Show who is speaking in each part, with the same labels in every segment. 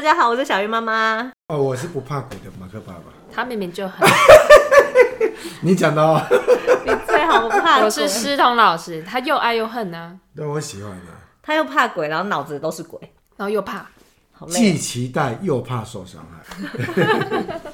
Speaker 1: 家好，我是小鱼妈妈。
Speaker 2: 哦，我是不怕苦的马克爸爸。
Speaker 3: 他明明就很，
Speaker 2: 你讲的 哦，
Speaker 1: 你最好不怕鬼，
Speaker 3: 我是师彤老师，他又爱又恨啊呢、
Speaker 2: 让我喜欢的，
Speaker 1: 他又怕鬼，然后脑子都是鬼，
Speaker 3: 然后又怕。
Speaker 1: 好
Speaker 2: 既
Speaker 1: 累。
Speaker 2: 期待又怕受伤害。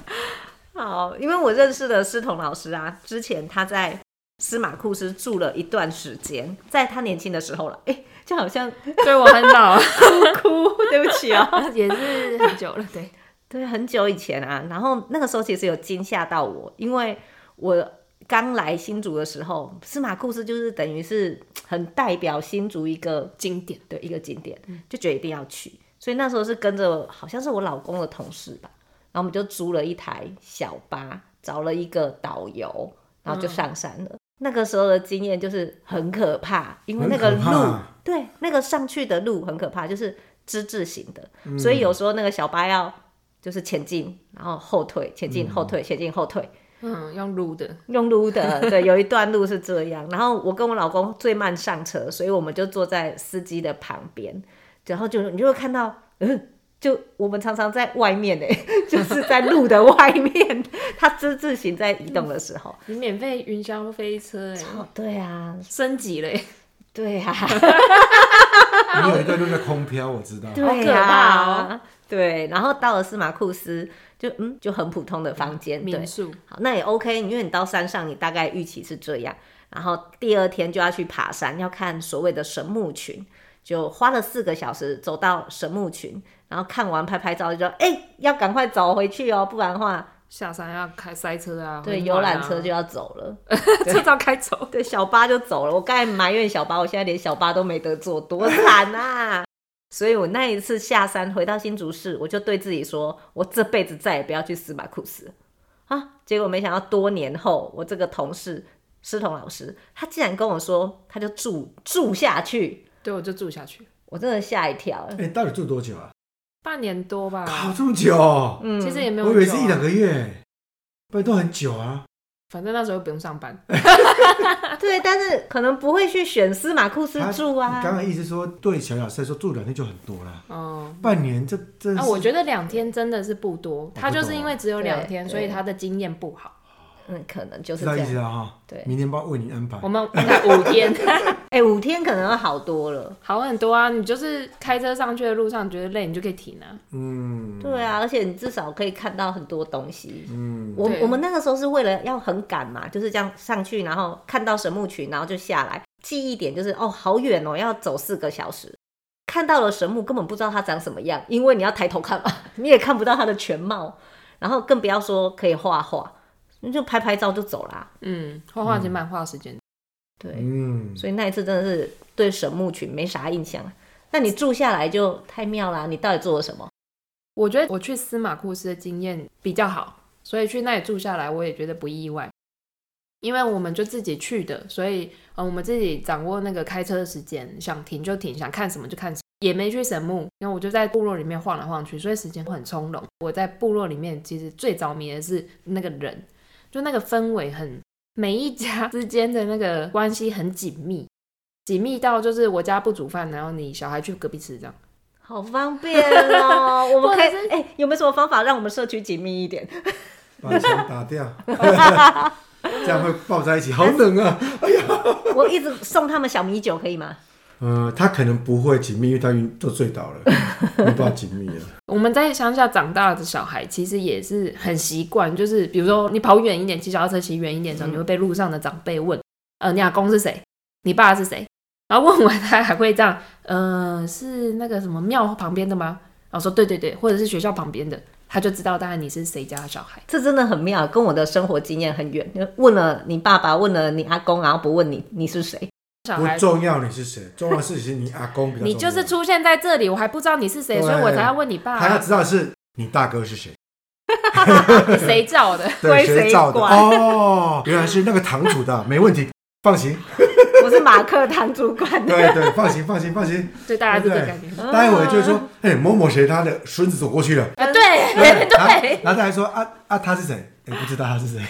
Speaker 1: 好，因为我认识的师彤老师啊，之前他在司马库斯住了一段时间，在他年轻的时候了。哎、就好像
Speaker 3: 对我很老，
Speaker 1: 哭，对不起啊、
Speaker 3: 也是很久了，对。
Speaker 1: 对，很久以前啊，然后那个时候其实有惊吓到我，因为我刚来新竹的时候，司马库斯就是等于是很代表新竹一个
Speaker 3: 经典
Speaker 1: 对一个景点，就觉得一定要去，所以那时候是跟着好像是我老公的同事吧，然后我们就租了一台小巴，找了一个导游，然后就上山了。那个时候的经验就是很可怕，因为那个
Speaker 2: 很可怕
Speaker 1: 路对那个上去的路很可怕，就是之字形的，所以有时候那个小巴要就是前进，然后后退，前进后退，前进后退，
Speaker 3: 嗯，用撸的，
Speaker 1: 用撸的，对，有一段路是这样。然后我跟我老公最慢上车，所以我们就坐在司机的旁边，然后就你就会看到，嗯，就我们常常在外面呢， 就是在路的外面， 它之字形在移动的时候，
Speaker 3: 你免费云霄飞车哎、
Speaker 1: 哦，对啊，
Speaker 3: 升级了、欸，
Speaker 1: 对啊，
Speaker 2: 你有一段路在空飘，我知道。
Speaker 1: 对
Speaker 3: 可怕
Speaker 1: 啊
Speaker 3: 哦，
Speaker 1: 对。然后到了司马库斯，就嗯，就很普通的房间，对
Speaker 3: 嗯民，宿
Speaker 1: 好，那也 OK，因为你到山上，你大概预期是这样，然后第二天就要去爬山，要看所谓的神木群，就花了四个小时走到神木群，然后看完拍拍照就说，哎、要赶快走回去哦，不然的话，啊
Speaker 3: 下山要开塞车啊，
Speaker 1: 对，
Speaker 3: 很
Speaker 1: 游
Speaker 3: 晚啊
Speaker 1: 览车 就要走了，
Speaker 3: 车照开走，
Speaker 1: 对，小巴就走了。我刚才埋怨小巴，我现在连小巴都没得坐，多惨啊！ 所以我那一次下山回到新竹市，我就对自己说，我这辈子再也不要去司马库斯了啊！结果没想到多年后，我这个同事师彤老师，他竟然跟我说，他就住住下去，
Speaker 3: 对，我就住下去
Speaker 1: 我真的吓一跳。哎
Speaker 2: 哎、到底住多久啊？
Speaker 3: 半年多吧，
Speaker 2: 靠，这么久哦、
Speaker 1: 嗯，
Speaker 3: 其实也没有、啊
Speaker 2: 我以为是一两，个月，不然都很久啊。
Speaker 3: 反正那时候不用上班，
Speaker 1: 啊对，但是可能不会去选司马库斯
Speaker 2: 他
Speaker 1: 住
Speaker 2: 你刚
Speaker 1: 啊。
Speaker 2: 刚意思说，对小老师来说住两天就很多了，
Speaker 3: 哦、
Speaker 2: 半年这真的
Speaker 3: 啊，
Speaker 2: 是
Speaker 3: 我觉得两天真的是不多，他就是因为只有两天，
Speaker 1: 对
Speaker 3: 所以他的经验不好。
Speaker 1: 嗯，可能就是
Speaker 2: 知
Speaker 1: 这
Speaker 2: 道意思啊
Speaker 1: 样。
Speaker 2: 了哈。
Speaker 1: 对
Speaker 2: 明天帮为你安排
Speaker 3: 我。们大概五天，
Speaker 1: 哎、五天可能要好多了。
Speaker 3: 好很多啊。你就是开车上去的路上，你觉得累，你就可以停啊。
Speaker 2: 嗯
Speaker 1: 对啊，而且你至少可以看到很多东西。
Speaker 2: 嗯，
Speaker 1: 我
Speaker 3: 对
Speaker 1: 我们那个时候是为了要很赶嘛，就是这样上去，然后看到神木群，然后就下来。记忆点就是哦，好远哦，要走四个小时。看到了神木，根本不知道它长什么样，因为你要抬头看嘛， 你也看不到它的全貌。然后更不要说可以画画，你就拍拍照就走啦。
Speaker 3: 嗯，画画其实蛮花时间的。
Speaker 1: 对，
Speaker 2: 嗯，
Speaker 1: 所以那一次真的是对神木群没啥印象。那你住下来就太妙啦！你到底做了什么？
Speaker 3: 我觉得我去司马库斯的经验比较好，所以去那里住下来，我也觉得不意外，因为我们就自己去的，所以呃，我们自己掌握那个开车的时间，想停就停，想看什么就看什么。也没去神木，然后我就在部落里面晃来晃去，所以时间很从容。我在部落里面其实最着迷的是那个人，就那个氛围很，每一家之间的那个关系很紧密，紧密到就是我家不煮饭，然后你小孩去隔壁吃这样。
Speaker 1: 好方便 哦！我们可以
Speaker 3: 或者是
Speaker 1: 哎、有没有什么方法让我们社区紧密一点？
Speaker 2: 把钱 打掉， 这样会抱在一起，好冷啊。
Speaker 1: 我一直送他们小米酒，可以吗？
Speaker 2: 呃，他可能不会紧密，因为他晕都醉 倒了，没办法紧密了。
Speaker 3: 我们在乡下长大的小孩，其实也是很习惯，就是比如说你跑远一点，骑脚踏车骑远一点的时候，
Speaker 2: 嗯
Speaker 3: 你会被路上的长辈问，呃，你阿公是谁？你爸是谁？然后问完他还会这样，呃，是那个什么庙旁边的吗？然后说对对对，或者是学校旁边的，他就知道大概你是谁家的小孩。
Speaker 1: 这真的很妙，跟我的生活经验很远。就问了你爸爸，问了你阿公，然后不问你你是谁。
Speaker 3: 小
Speaker 2: 不
Speaker 3: 孩，
Speaker 2: 重要你是谁，重要的事情是你阿公比较重要。
Speaker 3: 你就是出现在这里，我还不知道你是谁，
Speaker 2: 对
Speaker 3: 所以我才要问你爸、
Speaker 2: 他要知道的是你大哥是谁，
Speaker 3: 谁叫的？
Speaker 1: 归
Speaker 2: 对，谁
Speaker 1: 谁
Speaker 2: 造的？
Speaker 1: 管
Speaker 2: 哦，原来是那个堂主的，没问题。放行，
Speaker 1: 我是马克堂主管。
Speaker 2: 对对，放行放行放行。
Speaker 3: 对大家这个
Speaker 2: 对
Speaker 3: 概念。
Speaker 2: 待会就说，哎、某某谁他的孙子走过去了，
Speaker 3: 啊，对 对对，
Speaker 2: 然后再来说啊啊他是谁？哎、不知道他 是谁，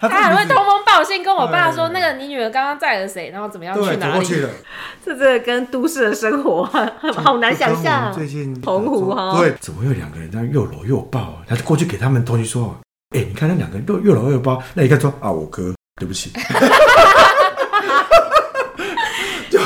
Speaker 2: 他
Speaker 3: 他
Speaker 2: 这
Speaker 3: 还
Speaker 2: 个
Speaker 3: 会
Speaker 2: 名字
Speaker 3: 通风报信跟我爸说，
Speaker 2: 对
Speaker 3: 那个你女儿刚刚载了谁，然后怎么样
Speaker 2: 对走
Speaker 3: 哪
Speaker 2: 过
Speaker 3: 里
Speaker 2: 去？了，
Speaker 1: 这真的跟都市的生活啊 好难想
Speaker 2: 就跟我
Speaker 1: 象啊
Speaker 2: 们。最近呃
Speaker 1: 澎湖哈
Speaker 2: 对，怎么会有两个人这样又搂又抱、啊？他就过去给他们同学说，哎、你看那两个人又又搂又抱，那一个说啊我哥，对不起， 就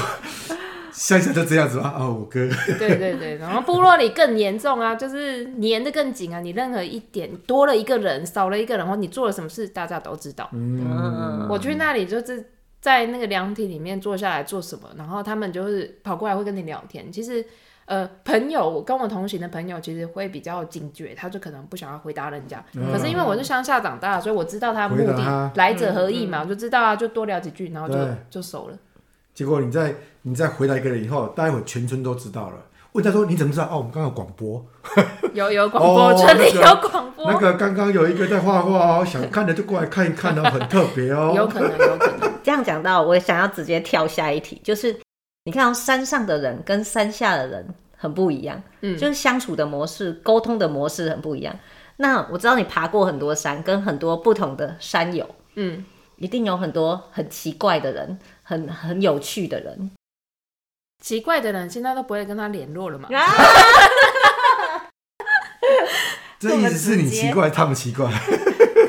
Speaker 2: 想想就这样子吧，啊我哥，
Speaker 3: 对对对，然后部落里更严重啊，就是粘的更紧啊，你任何一点多了一个人，少了一个人，或你做了什么事，大家都知道。
Speaker 1: 嗯
Speaker 3: 我去那里就是在那个凉亭里面坐下来做什么，然后他们就是跑过来会跟你聊天。其实，呃，朋友我跟我同行的朋友其实会比较警觉，他就可能不想要回答人家。
Speaker 2: 嗯
Speaker 3: 可是因为我是乡下长大，所以我知道他的目
Speaker 2: 回答
Speaker 3: 的
Speaker 2: 他，
Speaker 3: 来者何意嘛，我就知道啊，就多聊几句，然后就
Speaker 2: 对
Speaker 3: 就熟了。
Speaker 2: 结果你再你再回答一个人以后，待会全村都知道了。问他说你怎么知道？哦，我们刚刚有广播，
Speaker 3: 有有广播，
Speaker 2: 哦
Speaker 3: 这里
Speaker 2: 那
Speaker 3: 有广
Speaker 1: 哦
Speaker 3: 播，
Speaker 2: 那个刚刚有一个在画画哦，想看的就过来看一看哦，很特别哦。
Speaker 3: 有可能，有可能。
Speaker 1: 这样讲到，我想要直接跳下一题，就是你看到哦山上的人跟山下的人很不一样，
Speaker 3: 嗯
Speaker 1: 就是相处的模式、沟通的模式很不一样。那我知道你爬过很多山，跟很多不同的山友，
Speaker 3: 嗯，
Speaker 1: 一定有很多很奇怪的人，很很有趣的人。
Speaker 3: 奇怪的人现在都不会跟他联络了嘛。
Speaker 2: 这意思是你奇怪，他们奇怪。啊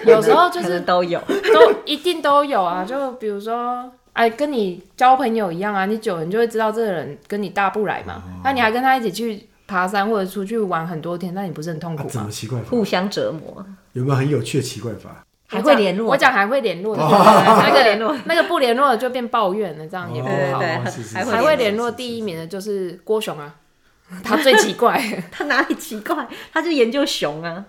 Speaker 3: 有时候哦就
Speaker 1: 可
Speaker 3: 是
Speaker 1: 能都有，
Speaker 3: 都一定都有啊，就比如说，哎，跟你交朋友一样啊，你久了你就会知道这个人跟你大不来嘛。那你还跟他一起去爬山或者出去玩很多天，那你不是很痛
Speaker 2: 啊
Speaker 3: 苦
Speaker 2: 怎
Speaker 3: 吗
Speaker 2: 么？奇怪法？
Speaker 1: 互相折磨，
Speaker 2: 有没有很有趣的奇怪法？
Speaker 1: 还会联络
Speaker 3: 我讲还会联络的，
Speaker 1: 还
Speaker 3: 那
Speaker 1: 会
Speaker 3: 个
Speaker 1: 联 络
Speaker 3: 那个不联络的就变抱怨了，这样也不
Speaker 1: 对对
Speaker 3: 好。
Speaker 1: 对
Speaker 2: 哦是是是
Speaker 1: 还
Speaker 3: 还会
Speaker 1: 会
Speaker 3: 联络第一名的就是郭雄啊，他最奇怪。
Speaker 1: 他哪里奇怪？他就研究熊啊。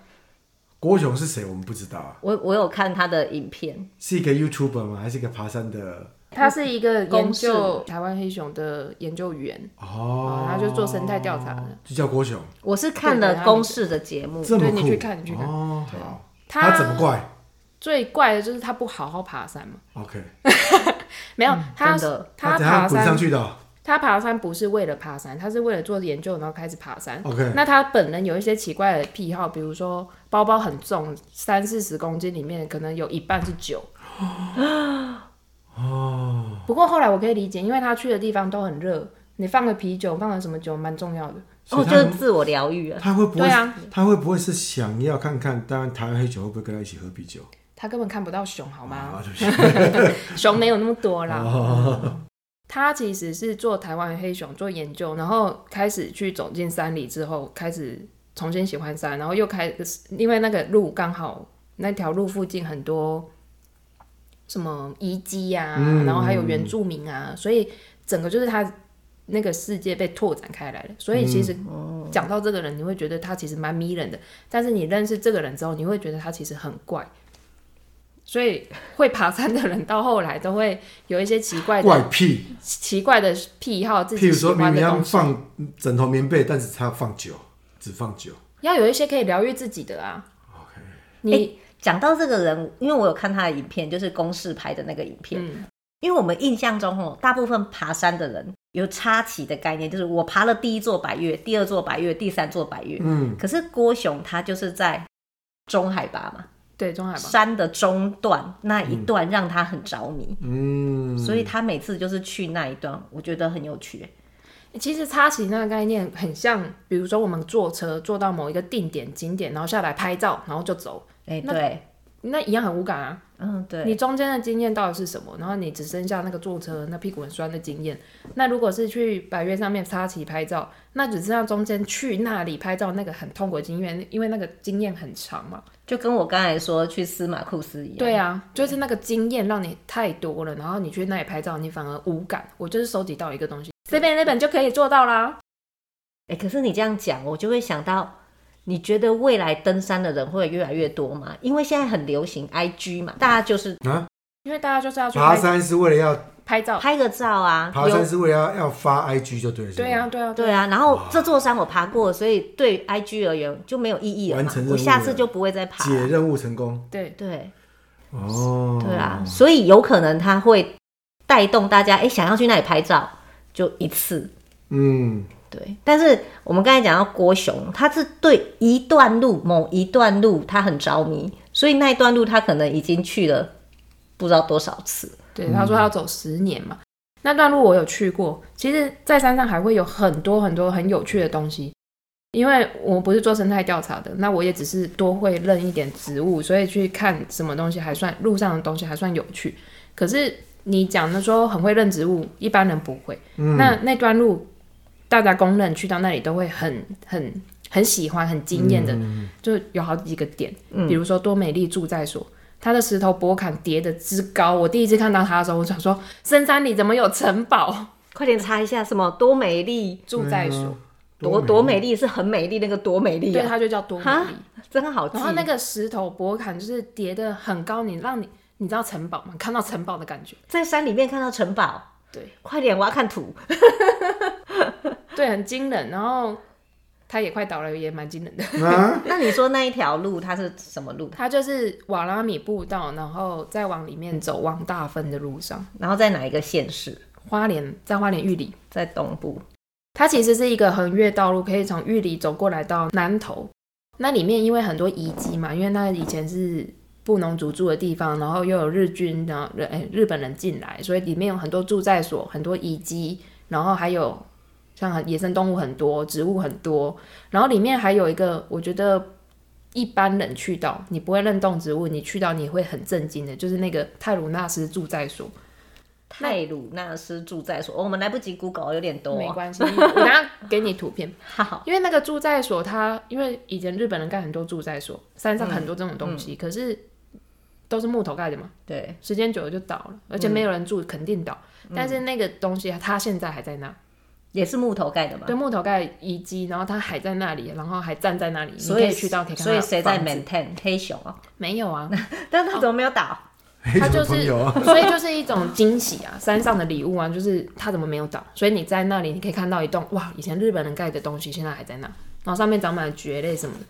Speaker 2: 郭雄是谁？我们不知道啊，
Speaker 1: 我我有看他的影片，
Speaker 2: 是一个 YouTuber 吗？还是一个爬山的？
Speaker 3: 他是一个研
Speaker 1: 公式
Speaker 3: 究台湾黑熊的研究员，
Speaker 2: 哦
Speaker 3: 哦，他就做生态调查的，
Speaker 2: 就叫郭雄，
Speaker 1: 我是看
Speaker 3: 对对他
Speaker 1: 了
Speaker 3: 那个
Speaker 1: 公式的节目，
Speaker 2: 这么酷。
Speaker 3: 对你去看你去看
Speaker 2: 哦，好，
Speaker 3: 他
Speaker 2: 他怎么怪
Speaker 3: 最怪的就是他不好好爬山嘛，
Speaker 2: ？OK，
Speaker 3: 没有他
Speaker 1: 嗯真的
Speaker 2: 他怎
Speaker 3: 爬
Speaker 2: 样滚
Speaker 3: 山
Speaker 2: 上去的哦
Speaker 3: 他爬山不是为了爬山，他是为了做研究，然后开始爬山。
Speaker 2: ？OK，
Speaker 3: 那他本人有一些奇怪的癖好，比如说包包很重，三四十公斤里面可能有一半是酒。哦。不过后来我可以理解，因为他去的地方都很热，你放个啤酒，放了什么酒蛮重要的。
Speaker 1: 哦，
Speaker 2: 所以
Speaker 1: 就是
Speaker 2: 他
Speaker 1: 自我疗愈啊。
Speaker 2: 他会不
Speaker 3: 对
Speaker 2: 会
Speaker 3: 啊？
Speaker 2: 他会不会是想要看看？当然，台湾黑熊会不会跟他一起喝啤酒？
Speaker 3: 他根本看不到熊，好吗？
Speaker 2: 啊，对不起。
Speaker 3: 熊没有那么多啦。
Speaker 2: 哦
Speaker 3: 他其实是做台湾黑熊做研究，然后开始去走进山里之后，开始重新喜欢山，然后又开始因为那个路刚好那条路附近很多什么遗迹呀，
Speaker 2: 嗯
Speaker 3: 然后还有原住民啊，所以整个就是他那个世界被拓展开来了。所以其实
Speaker 2: 嗯哦
Speaker 3: 讲到这个人，你会觉得他其实蛮迷人的，但是你认识这个人之后，你会觉得他其实很怪。所以会爬山的人到后来都会有一些奇怪的
Speaker 2: 怪癖，
Speaker 3: 奇怪的癖好，自
Speaker 2: 譬
Speaker 3: 己
Speaker 2: 如
Speaker 3: 喜
Speaker 2: 说明
Speaker 3: 欢
Speaker 2: 明
Speaker 3: 的
Speaker 2: 要
Speaker 3: 东西，
Speaker 2: 放枕头棉被，但是他放酒，只放酒。
Speaker 3: 要有一些可以疗愈自己的啊。你、
Speaker 1: 讲到这个人，因为我有看他的影片，就是公式拍的那个影片。
Speaker 3: 嗯
Speaker 1: 因为我们印象中哦，大部分爬山的人有插旗的概念，就是我爬了第一座百岳，第二座百岳，第三座百岳。
Speaker 2: 嗯，
Speaker 1: 可是郭雄他就是在中海拔嘛，
Speaker 3: 对中海吧，
Speaker 1: 山的中段那一段让他很着迷，
Speaker 2: 嗯，
Speaker 1: 所以他每次就是去那一段，我觉得很有趣。
Speaker 3: 其实插旗那个概念很像，比如说我们坐车坐到某一个定点景点，然后下来拍照，然后就走，
Speaker 1: 哎、
Speaker 3: 那
Speaker 1: 对，
Speaker 3: 那一样很无感啊。
Speaker 1: 嗯，对，
Speaker 3: 你中间的经验到底是什么？然后你只剩下那个坐车那屁股很酸的经验。那如果是去百越上面插旗拍照，那只剩下中间去那里拍照那个很痛苦的经验，因为那个经验很长嘛。
Speaker 1: 就跟我刚才说去司马库斯一样。
Speaker 3: 对啊，就是那个经验让你太多了，然后你去那里拍照，你反而无感。我就是收集到一个东西，这边那本就可以做到啦。
Speaker 1: 哎、可是你这样讲，我就会想到，你觉得未来登山的人会越来越多吗？因为现在很流行 IG 嘛，大家就是
Speaker 2: 啊，
Speaker 3: 因为大家就是要去
Speaker 2: 爬
Speaker 3: 拍
Speaker 2: 山是为了要
Speaker 3: 拍照，
Speaker 1: 拍个照啊，
Speaker 2: 哦爬山
Speaker 1: 有
Speaker 2: 是为了要要发 IG 就对了，
Speaker 3: 对啊，，对啊，
Speaker 1: 对
Speaker 3: 啊，
Speaker 1: 啊。然后这座山我爬过，所以对 IG 而言就没有意义了嘛
Speaker 2: 完成任务
Speaker 1: 我下次
Speaker 2: 了
Speaker 1: 就不会再爬
Speaker 2: 解任务成功
Speaker 3: 对，
Speaker 1: 对
Speaker 2: 哦，
Speaker 3: 啊
Speaker 1: 对啊，所以有可能他会带动大家哎、诶想要去那里拍照，就一次。
Speaker 2: 嗯，
Speaker 1: 对，但是我们刚才讲到郭雄，他是对一段路某一段路他很着迷，所以那一段路他可能已经去了不知道多少次。
Speaker 3: 对，他说他要走十年嘛。那段路我有去过，其实，在山上还会有很多很多很有趣的东西。因为我不是做生态调查的，那我也只是多会认一点植物，所以去看什么东西还算路上的东西还算有趣。可是你讲的说很会认植物，一般人不会。那那段路大家公认去到那里都会很很很喜欢、很惊艳的，就有好几个点，比如说多美丽住宅所。它的石头博坎叠的之高，我第一次看到它的时候，我想说深山里怎么有城堡？
Speaker 1: 快点查一下什么多美丽，
Speaker 3: 住宅所，
Speaker 1: 多多美丽啊是很美丽那个多美丽
Speaker 3: 对，
Speaker 1: 啊，
Speaker 3: 它就叫多美
Speaker 1: 哈
Speaker 3: 丽。
Speaker 1: 真好记
Speaker 3: 然。后那个石头博坎就是叠的很高，你让你你知道城堡吗？看到城堡的感觉，
Speaker 1: 在山里面看到城堡，
Speaker 3: 对
Speaker 1: 快点我要看图。
Speaker 3: 对，很惊人。然后它也快倒了，也蛮惊人的。
Speaker 2: 啊，
Speaker 1: 那你说那一条路它是什么路？
Speaker 3: 它就是瓦拉米步道，然后再往里面走，往大分的路上，
Speaker 1: 然后在哪一个县市？
Speaker 3: 花莲在花莲玉里，
Speaker 1: 在东部。
Speaker 3: 它其实是一个横越道路，可以从玉里走过来到南投。那里面因为很多遗迹嘛，因为那以前是布农族住的地方，然后又有日军然后日、哎日本人进来，所以里面有很多住宅所、很多遗迹，然后还有像很野生动物很多、植物很多，然后里面还有一个我觉得一般人去到你不会认动植物，你去到你会很震惊的，就是那个泰鲁纳斯住宅所。
Speaker 1: 泰鲁纳斯住宅所、哦我们来不及 Google，有点多、
Speaker 3: 没
Speaker 1: 哦。
Speaker 3: 关系，我等下给你图片。
Speaker 1: 好，
Speaker 3: 因为那个住宅所它，因为以前日本人盖很多住宅所，山上很多这种东
Speaker 1: 嗯
Speaker 3: 西，可是都是木头盖的嘛，
Speaker 1: 对，
Speaker 3: 时间久了就倒
Speaker 1: 嗯
Speaker 3: 了，而且没有人住，肯定倒。但是那个东西它现在还在那，
Speaker 1: 也是木头盖的嘛。
Speaker 3: 对，木头盖遗迹，然后它还在那里，然后还站在那里，
Speaker 1: 所
Speaker 3: 你
Speaker 1: 以
Speaker 3: 可以去到可以看
Speaker 1: 所以
Speaker 3: 它的
Speaker 1: 谁在
Speaker 3: 房子
Speaker 1: maintain 黑熊啊？
Speaker 3: 没有啊？
Speaker 1: 但他怎么没有倒？
Speaker 3: 它就
Speaker 2: 什么朋
Speaker 3: 是，
Speaker 2: 友啊，
Speaker 3: 所以就是一种惊喜啊！ 山上的礼物啊，就是它怎么没有倒？所以你在那里，你可以看到一栋哇，以前日本人盖的东西，现在还在那，然后上面长满了蕨类什么的，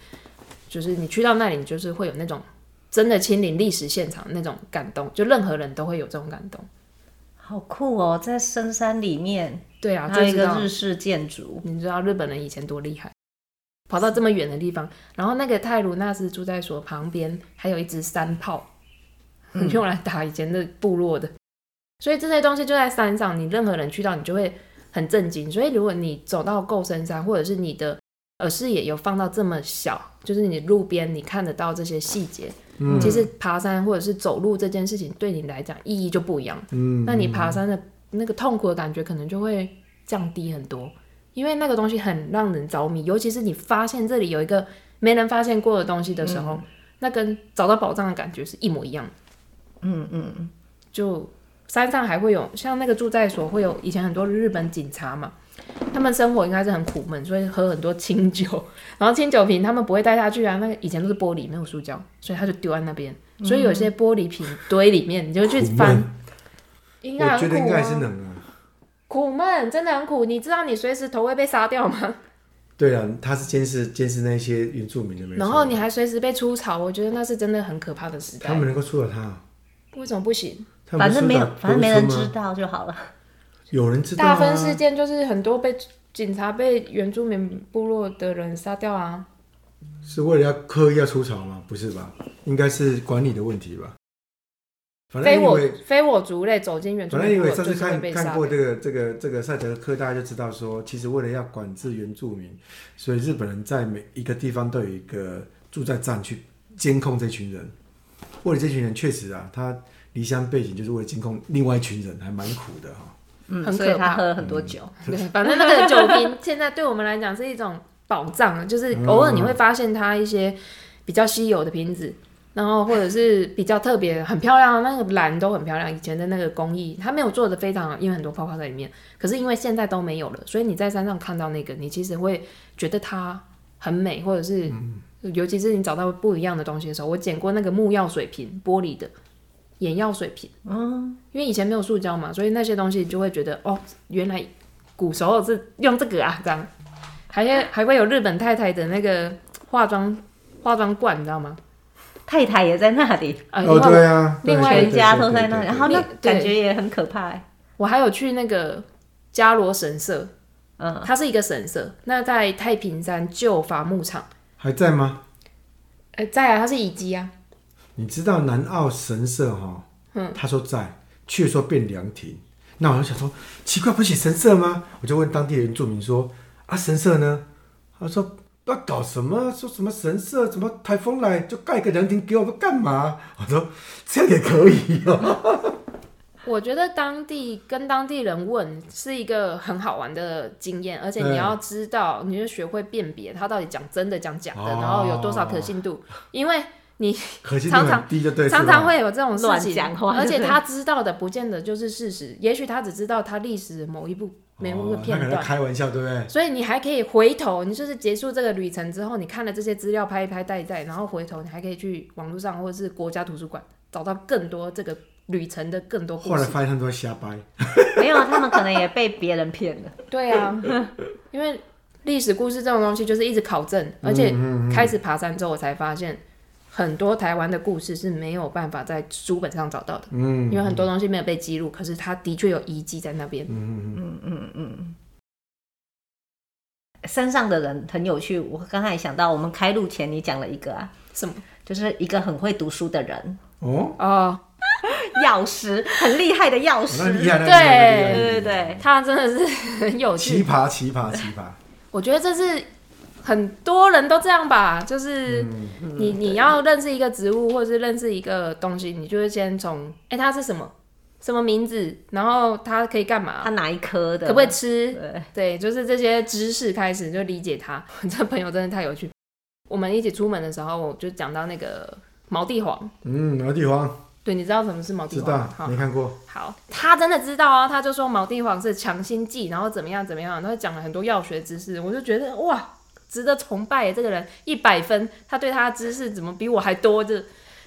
Speaker 3: 就是你去到那里，你就是会有那种真的亲临历史现场那种感动，就任何人都会有这种感动。
Speaker 1: 好酷哦，在深山里面，
Speaker 3: 对啊，
Speaker 1: 还有
Speaker 3: 就
Speaker 1: 一
Speaker 3: 知
Speaker 1: 个
Speaker 3: 道
Speaker 1: 日式建筑，
Speaker 3: 你知道日本人以前多厉害，跑到这么远的地方，然后那个泰鲁纳斯住宅所旁边还有一支山炮，用来打以前的部落的，所以这些东西就在山上，你任何人去到你就会很震惊。所以如果你走到够深山，或者是你的呃视野有放到这么小，就是你路边你看得到这些细节，
Speaker 2: 嗯
Speaker 3: 其实爬山或者是走路这件事情对你来讲意义就不一样。
Speaker 2: 嗯，
Speaker 3: 那你爬山的那个痛苦的感觉可能就会降低很多，因为那个东西很让人着迷，尤其是你发现这里有一个没人发现过的东西的时候，
Speaker 2: 嗯
Speaker 3: 那跟找到宝藏的感觉是一模一样的。
Speaker 1: 嗯嗯嗯，
Speaker 3: 就山上还会有像那个住宅所会有以前很多日本警察嘛，他们生活应该是很苦闷，所以喝很多清酒，然后清酒瓶他们不会带下去啊，那个以前都是玻璃没有塑胶，所以他就丢在那边，所以有些玻璃瓶堆里面你就去
Speaker 2: 嗯苦
Speaker 3: 翻
Speaker 2: 闷，
Speaker 3: 应该
Speaker 2: 我觉
Speaker 3: 很
Speaker 2: 得应
Speaker 3: 苦
Speaker 2: 该
Speaker 3: 啊
Speaker 2: 是。能啊。
Speaker 3: 苦闷，真的很苦。你知道你随时头会被杀掉吗？
Speaker 2: 对啊，他是监视监视那些原住民的，没错啊
Speaker 3: 然后你还随时被出草，我觉得那是真的很可怕的时
Speaker 2: 他
Speaker 3: 代。
Speaker 2: 们能够出了他，
Speaker 3: 为什么不行？
Speaker 2: 他们
Speaker 1: 反正没有
Speaker 2: 出得，了
Speaker 1: 反正没人
Speaker 2: 不是
Speaker 1: 知
Speaker 2: 吗，
Speaker 1: 道就好了。
Speaker 2: 有人知道
Speaker 3: 大
Speaker 2: 啊。
Speaker 3: 分事件就是很多被警察、被原住民部落的人杀掉啊。
Speaker 2: 是为了要刻意要出草吗？不是吧？应该是管理的问题吧。反正
Speaker 3: 非
Speaker 2: 因
Speaker 3: 我
Speaker 2: 为
Speaker 3: 非我族类走进原住
Speaker 2: 反正因
Speaker 3: 民部
Speaker 2: 为
Speaker 3: 落
Speaker 2: 上
Speaker 3: 就
Speaker 2: 次
Speaker 3: 是会
Speaker 2: 看
Speaker 3: 被
Speaker 2: 看
Speaker 3: 杀
Speaker 2: 过
Speaker 3: 掉。
Speaker 2: 这个这个这个赛德克，大家就知道说，其实为了要管制原住民，所以日本人在每一个地方都有一个驻在站去监控这群人。为了这群人，确实啊，他离乡背景就是为了监控另外一群人，还蛮苦的哈、
Speaker 1: 嗯，
Speaker 3: 很
Speaker 1: 所以
Speaker 3: 可
Speaker 1: 他
Speaker 3: 怕
Speaker 1: 喝了很多酒。
Speaker 3: 对，反正那个酒瓶现在对我们来讲是一种宝藏，啊就是偶尔你会发现它一些比较稀有的瓶子，然后或者是比较特别、很漂亮，那个蓝都很漂亮。以前的那个工艺，它没有做的非常好，因为很多泡泡在里面。可是因为现在都没有了，所以你在山上看到那个，你其实会觉得它很美，或者是尤其是你找到不一样的东西的时候，我捡过那个木药水瓶，玻璃的眼药水瓶，嗯，因为以前没有塑胶嘛，所以那些东西你就会觉得哦，原来古时候是用这个啊，这样，还有还会有日本太太的那个化妆化妆罐，你知道吗？
Speaker 1: 太太也在那里，
Speaker 3: 啊、
Speaker 2: 哦，
Speaker 3: 因为
Speaker 2: 对啊，对
Speaker 3: 另外
Speaker 2: 对
Speaker 1: 全家
Speaker 2: 对
Speaker 1: 都
Speaker 2: 对
Speaker 1: 在那
Speaker 2: 对
Speaker 1: 里，
Speaker 2: 对
Speaker 1: 然后那
Speaker 3: 对
Speaker 1: 感觉也很可怕欸。
Speaker 3: 我还有去那个加罗神社，
Speaker 1: 嗯，
Speaker 3: 它是一个神社，那在太平山旧伐木场，
Speaker 2: 还在吗？
Speaker 3: 呃，在啊，它是遗迹啊，
Speaker 2: 你知道南澳神社哈、
Speaker 3: 嗯
Speaker 2: 他说在，去的时候变凉亭。那我就想说，奇怪，不是写神社吗？我就问当地原住民说，啊，神社呢？他说不知道搞什么，说什么神社，怎么台风来就盖个凉亭给我们干嘛？我说这样也可以 哦。
Speaker 3: 我觉得当地跟当地人问是一个很好玩的经验，而且
Speaker 2: 对
Speaker 3: 你要知道，你就学会辨别他到底讲真的讲假的，
Speaker 2: 哦
Speaker 3: 然后有多少可信度，因为你
Speaker 2: 可信度很低就对，
Speaker 3: 常
Speaker 2: 是吧
Speaker 3: 常会有这种事
Speaker 1: 乱
Speaker 3: 情
Speaker 1: 讲话，
Speaker 3: 而且他知道的不见得就是事实，也许他只知道他历史的某一部某一个
Speaker 2: 哦那
Speaker 3: 片
Speaker 2: 可能
Speaker 3: 段。
Speaker 2: 开玩笑，对不对？
Speaker 3: 所以你还可以回头，你就是结束这个旅程之后，你看了这些资料拍一拍带一带，然后回头你还可以去网络上或者是国家图书馆找到更多这个旅程的更多故
Speaker 2: 后来
Speaker 3: 事。
Speaker 2: 发现他们都在瞎掰，
Speaker 1: 没有，啊他们可能也被别人骗了。
Speaker 3: 对啊， 因为历史故事这种东西就是一直考证，而
Speaker 2: 嗯
Speaker 3: 且开始爬山之后，我才发现很多台湾的故事是没有办法在书本上找到的，
Speaker 2: 嗯，
Speaker 3: 因为很多东西没有被记录，可是它的确有遗迹在那边。
Speaker 2: 嗯
Speaker 1: 嗯山上的人很有趣，我刚才想到，我们开录前你讲了一个啊，
Speaker 3: 什么？
Speaker 1: 就是一个很会读书的人，
Speaker 2: 哦，
Speaker 3: 哦，
Speaker 1: 药师，很厉害的药师
Speaker 2: 那，厉害，那厉害，那厉
Speaker 3: 对
Speaker 2: 害那厉害
Speaker 1: 对对对，
Speaker 3: 他真的是很有趣
Speaker 2: 奇，葩，奇葩，奇葩，
Speaker 3: 我觉得这是很多人都这样吧，就是
Speaker 2: 嗯
Speaker 3: 你、你要认识一个植物或者是认识一个东西，你就会先从哎、诶它是什么什么名字，然后它可以干嘛
Speaker 1: 他，哪一科的？
Speaker 3: 可不可以吃，
Speaker 1: 对，
Speaker 3: 对，就是这些知识开始就理解它。 这朋友真的太有趣。我们一起出门的时候，我就讲到那个毛地黄，
Speaker 2: 嗯，毛地黄
Speaker 3: 对，你知道什么是毛地
Speaker 2: 知
Speaker 3: 黄
Speaker 2: 道
Speaker 3: 吗？好
Speaker 2: 没看过，
Speaker 3: 好，他真的知道啊，他就说毛地黄是强心剂，然后怎么样怎么样，然后讲了很多药学知识，我就觉得哇，值得崇拜耶这个人，一百分，他对他的知识怎么比我还多这？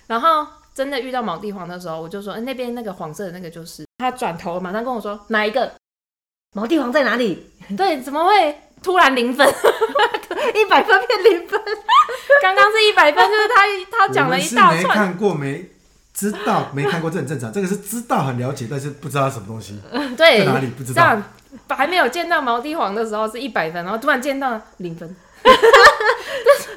Speaker 3: 然后真的遇到毛地黄的时候，我就说，嗯、那边那个黄色的那个就是，他转头马上跟我说哪一个？
Speaker 1: 毛地黄在哪里？
Speaker 3: 对，怎么会突然零分？
Speaker 1: 一百分变零分，
Speaker 3: 刚刚是一百分，就是他他讲了一
Speaker 2: 我
Speaker 3: 大
Speaker 2: 们是没
Speaker 3: 串，
Speaker 2: 看过没？知道没看过，这很正常。这个是知道很了解，但是不知道什么东西。
Speaker 3: 对，啊
Speaker 2: 在哪里不知
Speaker 3: 这
Speaker 2: 道
Speaker 3: 样还没有见到毛地黄的时候是一百分，然后突然见到零分。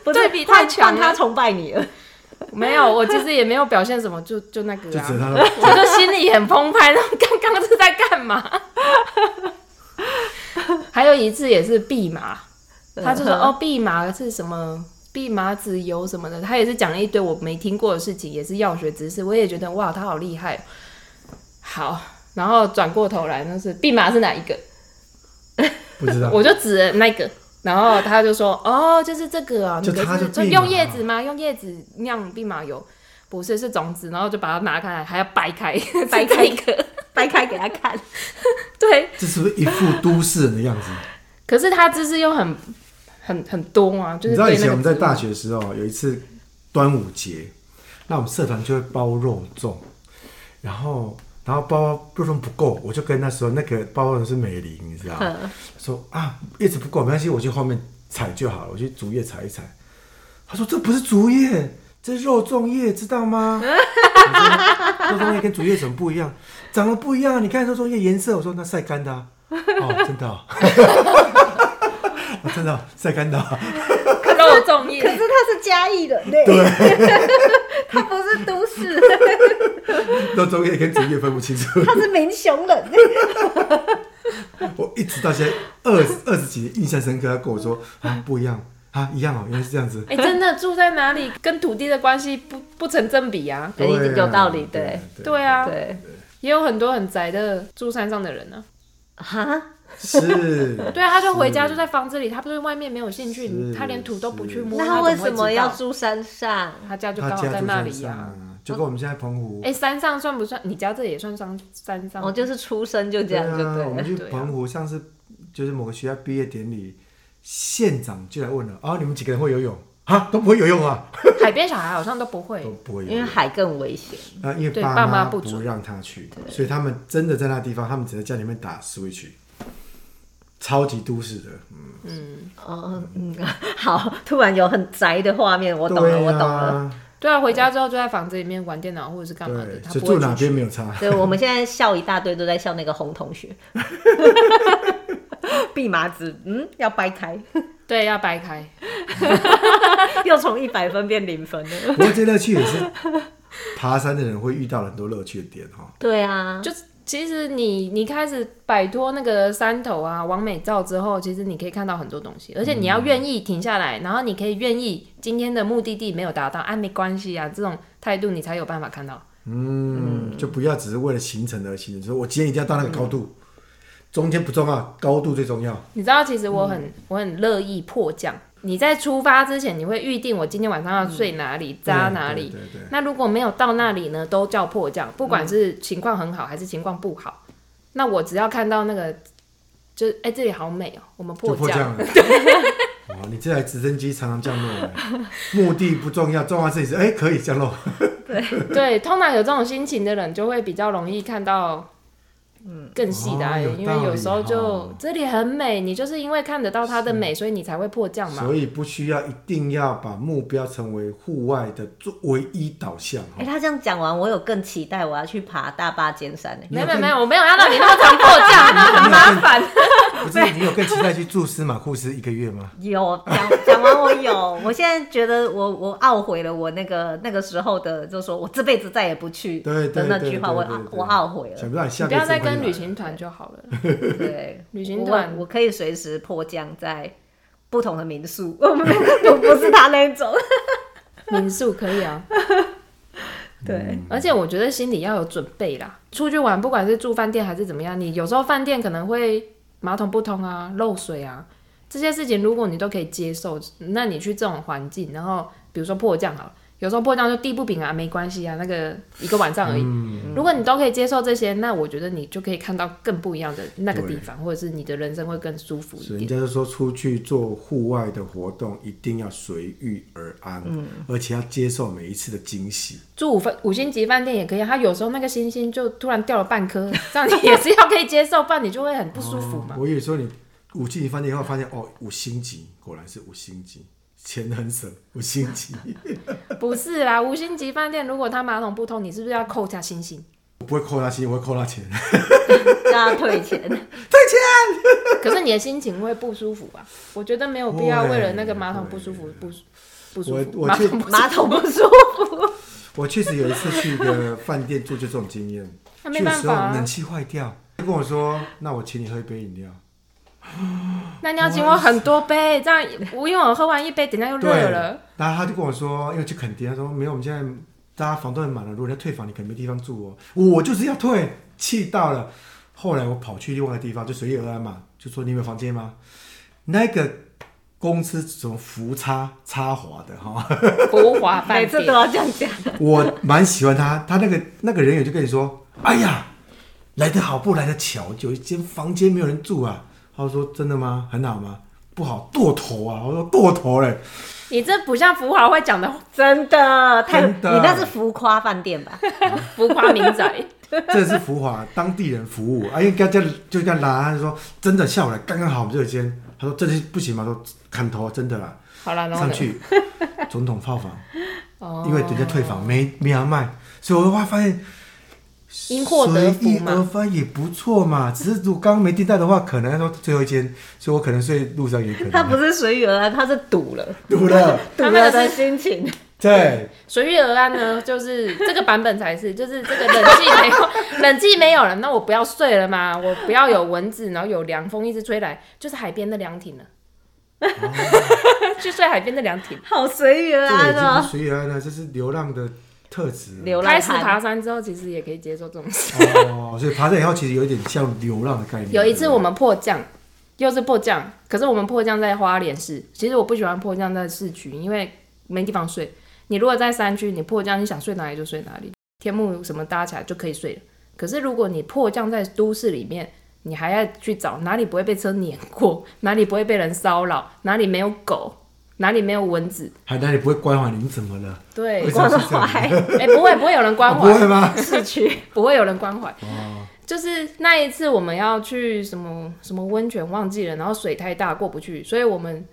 Speaker 1: 不是
Speaker 3: 对比太
Speaker 1: 换
Speaker 3: 强
Speaker 1: 换
Speaker 3: 了
Speaker 1: 他崇拜你了。
Speaker 3: 没有，我其实也没有表现什么，就就那
Speaker 2: 就
Speaker 3: 个
Speaker 2: 只有他
Speaker 3: 啊，
Speaker 2: 说，
Speaker 3: 我就心里很澎湃，然后刚 刚是在干嘛？还有一次也是蓖麻，他就说哦，蓖麻是什么？蓖麻籽油什么的，他也是讲了一堆我没听过的事情，也是药学知识，我也觉得哇，他好厉害哦。好，然后转过头来，那是蓖麻是哪一个？
Speaker 2: 不知 道。
Speaker 3: 我就指了那个，然后他就说：“哦，就是这个啊，
Speaker 2: 就
Speaker 3: 你的
Speaker 2: 它
Speaker 3: 是
Speaker 2: 就
Speaker 3: 就
Speaker 2: 蓖
Speaker 3: 用
Speaker 2: 麻
Speaker 3: 叶子吗？用叶子酿蓖麻油？不是，是种子，然后就把它拿开来，还要掰 开，
Speaker 1: 掰
Speaker 3: 掰
Speaker 1: 开
Speaker 3: 开一个。
Speaker 1: 掰开给他看，
Speaker 3: 对，
Speaker 2: 这是不是一副都市人的样子？
Speaker 3: 可是他知识又很很很多啊，就
Speaker 2: 你
Speaker 3: 是
Speaker 2: 知道
Speaker 3: 对
Speaker 2: 以
Speaker 3: 那
Speaker 2: 前
Speaker 3: 个
Speaker 2: 我们在
Speaker 3: 植物
Speaker 2: 大学的时候有一次端午节，那我们社团就会包肉粽，然后然后包肉粽不够，我就跟那时候那个包肉粽是美玲，你知道吗？
Speaker 3: 嗯
Speaker 2: 说啊叶子不够没关系，我去后面采就好了，我去竹叶采一采。他说这不是竹叶，这是肉粽叶，知道 吗？我说肉粽叶跟竹叶有什么不一样？长得不一样，你看肉粽叶颜色，我说那晒干的、啊，哦真的哦、 哦真的哦晒干的哦、
Speaker 3: 肉粽
Speaker 1: 可是
Speaker 3: 叶，
Speaker 1: 他是嘉义的，对， 他不是都市，
Speaker 2: 到中叶跟主叶分不清楚。
Speaker 1: 他是民雄人。
Speaker 2: 我一直到现在二十二十几年印象深刻，他跟我说啊不一样啊一样哦，原来是这样子。
Speaker 3: 哎、真的住在哪里跟土地的关系不不成正比啊。
Speaker 1: 哎
Speaker 2: 对啊
Speaker 1: 有道理
Speaker 2: 对
Speaker 3: 对 啊，
Speaker 1: 对，
Speaker 3: 也有很多很宅的住山上的人呢、
Speaker 1: 哈，
Speaker 2: 是。
Speaker 3: 对啊，他就回家就在房子里，他对外面没有兴趣，
Speaker 2: 是
Speaker 3: 他连土都不去摸，
Speaker 1: 那
Speaker 3: 他
Speaker 1: 为
Speaker 3: 怎会
Speaker 1: 什么
Speaker 3: 知
Speaker 1: 要
Speaker 3: 道
Speaker 1: 住山上？
Speaker 3: 他家就
Speaker 2: 他
Speaker 3: 刚好
Speaker 2: 家
Speaker 3: 在
Speaker 2: 住
Speaker 3: 那
Speaker 2: 山
Speaker 3: 里
Speaker 2: 上
Speaker 3: 呀、
Speaker 2: 啊，就跟我们现在澎湖
Speaker 3: 哎、。山上算不算？你家这也算山山上？
Speaker 1: 我哦就是出生就这样就
Speaker 2: 啊，我们
Speaker 1: 对
Speaker 2: 去
Speaker 1: 了。
Speaker 2: 澎湖上次就是某个学校毕业典礼，县长就来问了啊，你们几个人会游泳啊？都不会游泳啊？
Speaker 3: 海边小孩好像都不会
Speaker 2: 都。不会游
Speaker 1: 因为
Speaker 2: 泳。
Speaker 1: 海更危险，
Speaker 2: 啊，因为
Speaker 3: 对爸妈
Speaker 2: 妈
Speaker 3: 不
Speaker 2: 不
Speaker 3: 准
Speaker 2: 让他去，所以他们真的在那地方，他们只在家里面打 Switch，超级都市的。
Speaker 1: 哦，嗯，好，突然有很宅的画面，我懂了，
Speaker 2: 对啊
Speaker 1: 我懂
Speaker 2: 呀，
Speaker 1: 了，
Speaker 3: 对啊，回家之后就在房子里面玩电脑或者是干嘛的，
Speaker 2: 对，
Speaker 3: 他
Speaker 2: 所以
Speaker 3: 不会
Speaker 2: 住哪
Speaker 3: 出去
Speaker 2: 边没有差。
Speaker 1: 对，我们现在笑一大堆都在笑那个红同 学，蓖麻子，嗯，要掰开，
Speaker 3: 对，要掰开。
Speaker 1: 又从一百分变零分了。
Speaker 2: 不过这乐趣也是爬山的人会遇到很多乐趣的点哈。
Speaker 1: 对啊，
Speaker 3: 就是其实你你开始摆脱那个山头啊、完美照之后，其实你可以看到很多东西，而且你要愿意停下
Speaker 2: 嗯
Speaker 3: 来，然后你可以愿意今天的目的地没有达到，啊，没关系啊，这种态度你才有办法看到。
Speaker 2: 嗯，就不要只是为了行程而行程，说我今天一定要到那个高度，
Speaker 3: 嗯
Speaker 2: 中间不重要，高度最重要。
Speaker 3: 你知道，其实我很、
Speaker 2: 嗯
Speaker 3: 我很乐意迫降。你在出发之前，你会预定我今天晚上要睡哪里、扎
Speaker 2: 对
Speaker 3: 哪里。
Speaker 2: 嗯对对对，
Speaker 3: 那如果没有到那里呢，都叫迫降，不管是情况很好还是情况不好。那我只要看到那个，就是哎、这里好美哦、我们
Speaker 2: 就
Speaker 3: 迫
Speaker 2: 迫
Speaker 3: 降。
Speaker 2: 降 了。哇，你这台直升机常常降落欸，目的不重要，重要是你是哎可以降落。
Speaker 3: 对，通常有这种心情的人，就会比较容易看到，嗯，更细的爱，
Speaker 2: 哦有
Speaker 3: 因为
Speaker 2: 道理
Speaker 3: 有时候就
Speaker 2: 哦
Speaker 3: 这里很美，你就是因为看得到它的美，所以你才会迫降嘛。
Speaker 2: 所以不需要一定要把目标成为户外的最唯一导 向
Speaker 1: 哎、
Speaker 2: 哈。
Speaker 1: 他这样讲完，我有更期待我要去爬大坝尖山欸呢、
Speaker 3: 没有没有没有，我没有要让你那么常迫降，那很麻烦。
Speaker 2: 不是你有更期待去住司马库斯一个月吗？
Speaker 1: 有讲讲完，我有，我现在觉得我我懊悔了，我那个那个时候的，就说我这辈子再也不去
Speaker 2: 对
Speaker 1: 的
Speaker 2: 对
Speaker 1: 那
Speaker 2: 对
Speaker 1: 句
Speaker 2: 对
Speaker 1: 话，我
Speaker 2: 对
Speaker 1: 懊
Speaker 2: 对
Speaker 1: 我懊悔
Speaker 2: 想
Speaker 1: 了。
Speaker 2: 不到你
Speaker 3: 你
Speaker 2: 下
Speaker 3: 不
Speaker 2: 辈子
Speaker 3: 要再
Speaker 2: 会
Speaker 3: 跟
Speaker 2: 来
Speaker 3: 旅行团就好了。
Speaker 1: 对，
Speaker 3: 旅行团
Speaker 1: 我我可以随时迫降在不同的民宿， 我们我不是他那一种。
Speaker 3: 民宿可以啊，
Speaker 1: 对，
Speaker 3: 而且我觉得心里要有准备啦。出去玩，不管是住饭店还是怎么样，你有时候饭店可能会马桶不通啊、漏水啊这些事情，如果你都可以接受，那你去这种环境，然后比如说迫降好了，有时候迫降就地不平啊，没关系啊，那个一个晚上而已。
Speaker 2: 嗯
Speaker 3: 如果你都可以接受这些，那我觉得你就可以看到更不一样的那个地方，或者是你的人生会更舒服
Speaker 2: 所以
Speaker 3: 一
Speaker 2: 人
Speaker 3: 点。
Speaker 2: 家就说，出去做户外的活动一定要随遇而安，
Speaker 3: 嗯
Speaker 2: 而且要接受每一次的惊喜。
Speaker 3: 住五分五星级饭店也可以啊，它有时候那个星星就突然掉了半颗， 这样你也是要可以接受，不然你就会很不舒服嘛。
Speaker 2: 我有时候你五星级饭店以后发现，哦，五星级果然是五星级，钱很省，五星级。
Speaker 1: 哦
Speaker 3: 不是啦，五星级饭店如果它马桶不通，你是不是要扣一下星星？
Speaker 2: 我不会扣他钱，我会扣他钱。
Speaker 1: 就要退钱。
Speaker 3: 可是你的心情会不舒服吧？我觉得没有必要为了那个马桶不舒服不不舒
Speaker 2: 我
Speaker 3: 服。
Speaker 2: 我
Speaker 3: 马
Speaker 2: 确
Speaker 3: 桶
Speaker 1: 马桶不舒 服，
Speaker 2: 我确实有一次去一个饭店住，就这种经验。
Speaker 3: 那
Speaker 2: 去的
Speaker 3: 没办
Speaker 2: 时
Speaker 3: 法
Speaker 2: 候
Speaker 3: 啊
Speaker 2: 冷，气坏掉，他跟我说：“那我请你喝一杯饮料。
Speaker 3: 哦那你要请我很多杯，这样我因为我喝完一杯，等一下又”热
Speaker 2: 对，
Speaker 3: 了。
Speaker 2: 然后他就跟我说：“因为去垦丁，他说没有，我们现在大家房都很满了，如果你要退房，你可能没地方住哦。”我就是要退，气到了。后来我跑去另外一个地方，就随遇而安嘛，就说：“你有没有房间吗？”那个公司什么福差插华的哈，
Speaker 3: 福华
Speaker 1: 每
Speaker 3: 饭
Speaker 1: 次都
Speaker 3: 店，
Speaker 1: 要这样讲。
Speaker 2: 我蛮喜欢他，他那个那个人员就跟你说：“哎呀，来得好不来得巧，有一间房间没有人住啊。”他说：“真的吗？很好吗？不好，剁头啊！”我说：“剁头嘞，
Speaker 3: 你这不像福华会讲的
Speaker 1: 真的，太
Speaker 2: 真的
Speaker 1: 你那是浮夸饭店吧？
Speaker 3: 浮夸民 宅。
Speaker 2: 这是福华当地人服务。”哎，跟他就跟他拉，他就说：“真的，下午来刚刚好，我们这有间。”他说：“这是不行吗？”他说：“砍头，啊真的啦。
Speaker 3: 好啦，”然后
Speaker 2: 上
Speaker 3: 呢？
Speaker 2: 去，总统套房，
Speaker 3: 哦
Speaker 2: 因为人家退房没没人卖，所以我会发现
Speaker 3: 因祸得福
Speaker 2: 随遇而
Speaker 3: 嘛。
Speaker 2: 发也不错嘛。只是如果刚刚没订到的话，可能说最后一间，所以我可能睡路上也可能。
Speaker 1: 他不是随遇而安，他是赌了，
Speaker 2: 堵 了，
Speaker 1: 赌
Speaker 3: 他们
Speaker 1: 了
Speaker 3: 是
Speaker 1: 的心情。
Speaker 2: 对，
Speaker 3: 随遇而安呢，就是这个版本才是，就是这个冷气没有，冷气没有了，那我不要睡了嘛，我不要有蚊子，然后有凉风一直吹来，就是海边的凉亭了， 去睡海边的凉亭。
Speaker 1: 好随遇而
Speaker 3: 啊
Speaker 2: 这
Speaker 1: 安
Speaker 2: 个已经不是
Speaker 1: 哦，
Speaker 2: 随遇而安了，这是流浪的特质了。
Speaker 1: 流浪
Speaker 3: 开始爬
Speaker 1: 汉。
Speaker 3: 山之后，其实也可以接受这种事。
Speaker 2: 哦，所以爬山以后其实有一点像流浪的概念。
Speaker 3: 有一次
Speaker 2: 对不对
Speaker 3: 我们迫降，又是迫降，可是我们迫降在花莲市，其实我不喜欢迫降在市区，因为没地方睡。你如果在山区，你迫降，你想睡哪里就睡哪里，天幕什么搭起来就可以睡了。可是如果你迫降在都市里面，你还要去找哪里不会被车碾过， 哪里不会被人骚扰，哪里没有狗，哪里没有蚊子。
Speaker 2: 海南，你不会关怀你，你怎么了？
Speaker 3: 对
Speaker 2: 为，什
Speaker 1: 关
Speaker 2: 么是这样？
Speaker 1: 怀
Speaker 3: 哎、不会不会有人关
Speaker 2: 哦不
Speaker 3: 怀，
Speaker 2: 会 吗？
Speaker 1: 市区，
Speaker 3: 不会有人关怀。
Speaker 2: 哦，
Speaker 3: 就是那一次我们要去什么什么温泉忘记了，然后水太大过不去，所以我们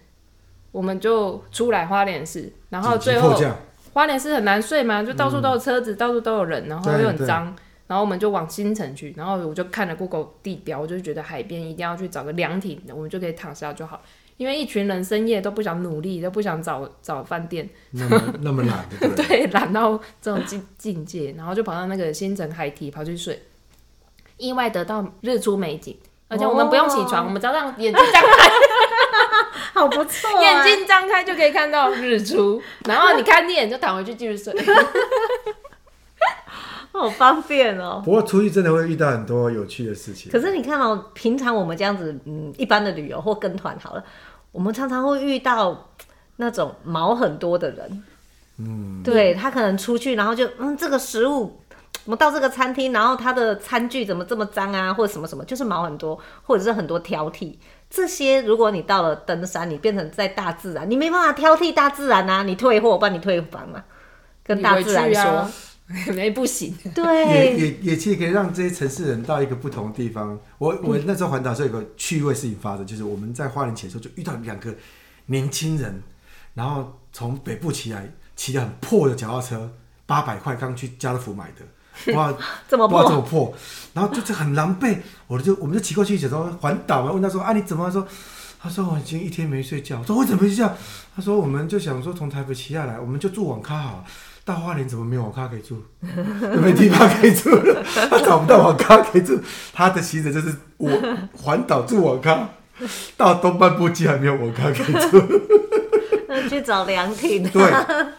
Speaker 3: 我们就出来花莲市，然后
Speaker 2: 紧急
Speaker 3: 最
Speaker 2: 迫
Speaker 3: 后
Speaker 2: 降
Speaker 3: 花莲是很难睡嘛，就到处都有车子，到处都有人，然后
Speaker 2: 对
Speaker 3: 又很
Speaker 2: 对
Speaker 3: 脏。然后我们就往新城去，然后我就看了 Google 地标，我就觉得海边一定要去找个凉亭，我们就可以躺下就好。因为一群人深夜都不想努力，都不想找找饭店，
Speaker 2: 那么那么懒的，对不对，
Speaker 3: 对，懒到这种境境界，然后就跑到那个新城海堤跑去睡，意外得到日出美景，而且我们不用起床，
Speaker 1: 哦
Speaker 3: 我们只要让眼睛张开，
Speaker 1: 好不错、啊，
Speaker 3: 眼睛张开就可以看到日出，然后你看腻了你就躺回去继续睡。
Speaker 1: 好方便哦。
Speaker 2: 不过出去真的会遇到很多有趣的事情。
Speaker 1: 可是你看哦，平常我们这样子，嗯，一般的旅游或跟团好了，我们常常会遇到那种毛很多的人，嗯，对他可能出去，然后就嗯，这个食物。我们到这个餐厅，然后他的餐具怎么这么脏啊，或者什么什么，就是毛很多，或者是很多挑剔。这些如果你到了登山，你变成在大自然，你没办法挑剔大自然啊，你退货，我帮你退房嘛， 跟大自然
Speaker 3: 你
Speaker 1: 说，
Speaker 3: 回去啊，没不行，
Speaker 2: 也
Speaker 1: 对，
Speaker 2: 也也其实可以让这些城市人到一个不同的地方。我我那时候环岛时候有个趣味事情发生，就是我们在花莲前的时候就遇到两个年轻人，然后从北部骑来，骑的很破的脚踏车，八百块刚去家乐福买的，不知道
Speaker 1: 这么
Speaker 2: 不知道这
Speaker 1: 破，
Speaker 2: 么破，然后就是很狼狈。我就我们就骑过去，想说环岛嘛，问他说啊你怎么了？他说他说我已经一天没睡觉。我说我怎么没睡觉？他说我们就想说从台北骑下来，我们就住网咖好了。到花莲怎么没有网咖可以住？有没有地方可以住了？他找不到网咖可以住，他的行程就是我环岛住网咖，到东半部竟然没有网咖可以住。
Speaker 1: 那去找凉亭。
Speaker 2: 对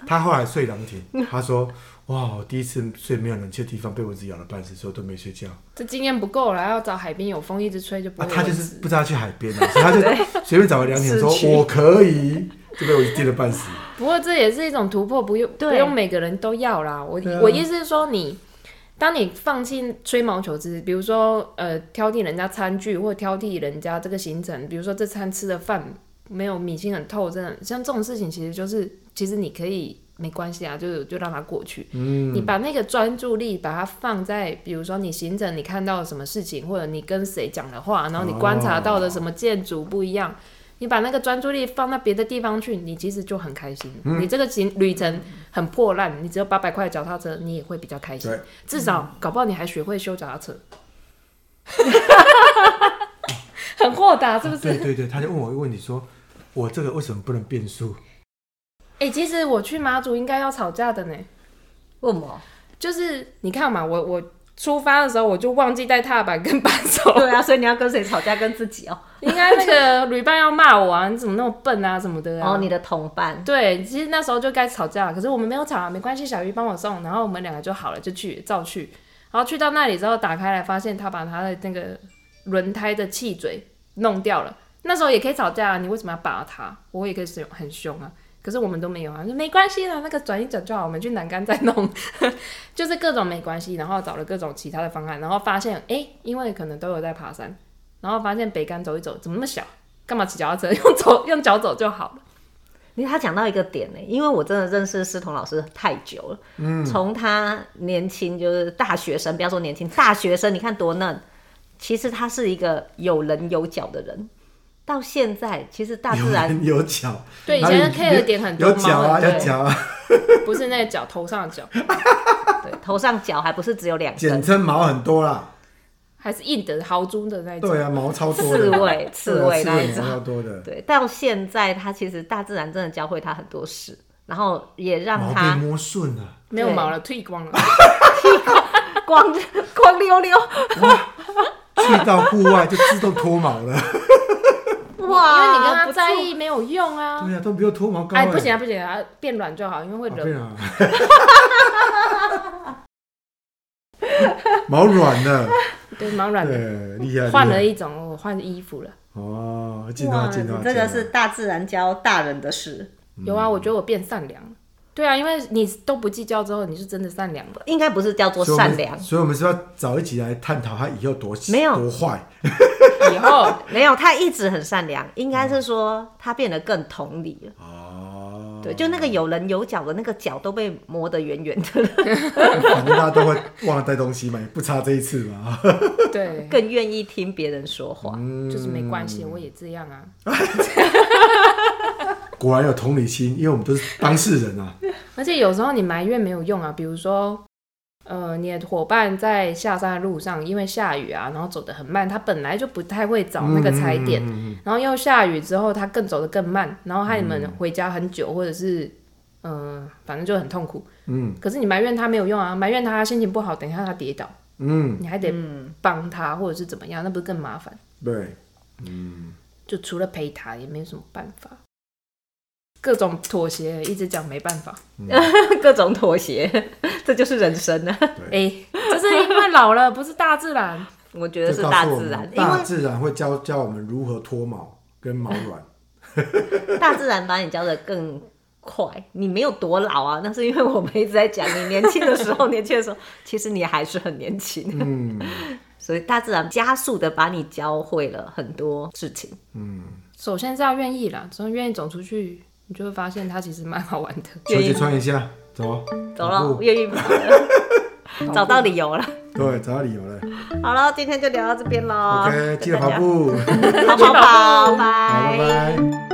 Speaker 2: 他后来睡凉亭，他说：“哇，我第一次睡没有冷气的地方，被蚊子咬了半死，所以我都没睡觉。”
Speaker 3: 这经验不够了，要找海边有风一直吹就不
Speaker 2: 啊，
Speaker 3: 会、
Speaker 2: 他就是不知道去海边啊，所以他 就随便找个凉亭说
Speaker 1: 市区
Speaker 2: 我可以，就被我跌了半死。
Speaker 3: 不过这也是一种突破，不用
Speaker 1: 对
Speaker 3: 不用每个人都要啦。我、
Speaker 2: 对啊
Speaker 3: 我意思是说你，当你放弃吹毛求疵，比如说呃挑剔人家餐具或挑剔人家这个行程，比如说这餐吃的饭没有米心很透，真的像这种事情，其实就是其实你可以没关系啊，就就让它过去。嗯，你把那个专注力把它放在，比如说你行程你看到了什么事情，或者你跟谁讲的话，然后你
Speaker 2: 哦
Speaker 3: 观察到的什么建筑不一样。你把那个专注力放到别的地方去，你其实就很开心。你这个行旅程很破烂，你只有八百块的脚踏车，你也会比较开心
Speaker 2: 对。
Speaker 3: 至少搞不好你还学会修脚踏车，很豁达， 是不是？
Speaker 2: 对对对，他就问我一个问题说，我这个为什么不能变速？
Speaker 3: 哎、其实我去马祖应该要吵架的呢。
Speaker 1: 为什么？
Speaker 3: 就是你看嘛，我我出发的时候我就忘记带踏板跟扳手，
Speaker 1: 对啊，所以你要跟谁吵架？跟自己哦。
Speaker 3: 应该那个旅伴要骂我啊，你怎么那么笨啊什么的、啊。
Speaker 1: 哦，你的同伴，
Speaker 3: 对，其实那时候就该吵架了，可是我们没有吵啊，没关系，小鱼帮我送，然后我们两个就好了，就去照去。然后去到那里之后，打开来发现他把他的那个轮胎的气嘴弄掉了。那时候也可以吵架啊，你为什么要拔它？我也可以使用很凶啊。可是我们都没有啊，就没关系啦，那个转一转就好，我们去栏杆再弄， 就是各种没关系。然后找了各种其他的方案，然后发现哎、诶因为可能都有在爬山，然后发现北干走一走怎么那么小，干嘛骑脚踏车？用走用脚走就好了。
Speaker 1: 因为他讲到一个点呢，因为我真的认识思彤老师太久了，嗯，从他年轻就是大学生，不要说年轻，大学生，你看多嫩，其实他是一个有棱有角的人，到现在其实大
Speaker 2: 有
Speaker 1: 自然
Speaker 2: 人 有脚，
Speaker 3: 对以
Speaker 2: 然后
Speaker 3: 前
Speaker 2: 有
Speaker 3: care 的点很多
Speaker 2: 有
Speaker 3: 嘛
Speaker 2: 脚啊，
Speaker 3: 对
Speaker 2: 有脚啊，
Speaker 3: 不是那个脚，头上的脚，
Speaker 1: 对头上角还不是只有两
Speaker 2: 简
Speaker 1: 根，
Speaker 2: 称毛很多啦。
Speaker 3: 还是硬的豪猪的那一种。
Speaker 2: 对啊，毛超多的，
Speaker 1: 刺猬刺猬
Speaker 2: 对啊
Speaker 1: 那一
Speaker 2: 刺
Speaker 1: 种
Speaker 2: 毛超多的，
Speaker 1: 对，到现在他其实大自然真的教会他很多事，然后也让
Speaker 2: 毛
Speaker 1: 他
Speaker 2: 被摸顺了，
Speaker 3: 没有毛了，剃光了。
Speaker 1: 光光溜溜，
Speaker 2: 去到户外就自动脱毛了。
Speaker 1: 哇，
Speaker 3: 因为你跟
Speaker 1: 不
Speaker 3: 他
Speaker 1: 错
Speaker 3: 在意没有用啊。
Speaker 2: 对呀，都不用脱毛膏欸。
Speaker 3: 哎，不行啊，不行啊，变软就好，因为会
Speaker 2: 啊
Speaker 3: 冷。
Speaker 2: 对啊， 毛软了，
Speaker 3: 对，蛮软的。
Speaker 2: 对，厉害。厉害
Speaker 3: 换了一种，我换衣服了。
Speaker 2: 哦，进
Speaker 1: 哇
Speaker 2: 化进化，
Speaker 1: 这
Speaker 2: 进
Speaker 1: 个
Speaker 2: 化
Speaker 1: 是大自然教大人的事，
Speaker 2: 嗯
Speaker 3: 有啊，我觉得我变善良了。对啊，因为你都不计较之后，你是真的善良了。
Speaker 1: 应该不是叫做
Speaker 2: 所以我们
Speaker 1: 善良，
Speaker 2: 所以我们是要早一起来探讨他以后多
Speaker 1: 没有
Speaker 2: 多坏，
Speaker 3: 以后
Speaker 1: 没有，他一直很善良，应该是说他变得更同理了。
Speaker 2: 哦，
Speaker 1: 对，就那个有棱有角的那个角都被磨得圆圆的，
Speaker 2: 反正大家都会忘了带东西嘛，也不差这一次嘛。
Speaker 3: 对，
Speaker 1: 更愿意听别人说话。
Speaker 2: 嗯
Speaker 3: 就是没关系，我也这样啊。
Speaker 2: 果然有同理心，因为我们都是当事人啊。
Speaker 3: 而且有时候你埋怨没有用啊，比如说，呃，你的伙伴在下山的路上因为下雨啊，然后走得很慢，他本来就不太会找那个踩点，
Speaker 2: 嗯嗯嗯嗯嗯
Speaker 3: 然后又下雨之后他更走得更慢，然后害你们回家很久，或者是嗯、呃反正就很痛苦。
Speaker 2: 嗯
Speaker 3: 可是你埋怨他没有用啊，埋怨他心情不好，等一下他跌倒，
Speaker 2: 嗯，
Speaker 3: 你还得帮他或者是怎么样，那不是更麻烦？
Speaker 2: 对，
Speaker 3: 就除了陪他也没有什么办法，各种妥协，一直讲没办法。
Speaker 1: 各种妥协， 这就是人生啊！
Speaker 3: 哎、这是因为老了，不是大自然。
Speaker 1: 我觉得是
Speaker 2: 这告
Speaker 1: 大
Speaker 2: 诉我
Speaker 1: 自然
Speaker 2: 们，
Speaker 1: 因
Speaker 2: 大
Speaker 1: 为
Speaker 2: 自然会教教我们如何脱毛跟毛软。
Speaker 1: 大自然把你教的更快。你没有多老啊，那是因为我们一直在讲你年轻的时候，年轻的时候，其实你还是很年轻。
Speaker 2: 嗯，
Speaker 1: 所以大自然加速的把你教会了很多事情。
Speaker 3: 首先是要愿意啦，只要愿意走出去，你就会发现它其实蛮好玩的。
Speaker 2: 球
Speaker 1: 愿意
Speaker 2: 鞋穿一下，走，
Speaker 1: 走
Speaker 2: 跑
Speaker 1: 了，
Speaker 2: 步
Speaker 1: 愿意 跑了，找到理由了。
Speaker 2: 对，找到理由了。
Speaker 1: 好了，今天就聊到这边喽。
Speaker 2: OK，记得跑步，
Speaker 1: 好不好，跑
Speaker 3: 去跑步
Speaker 1: 步，
Speaker 2: 好，拜拜。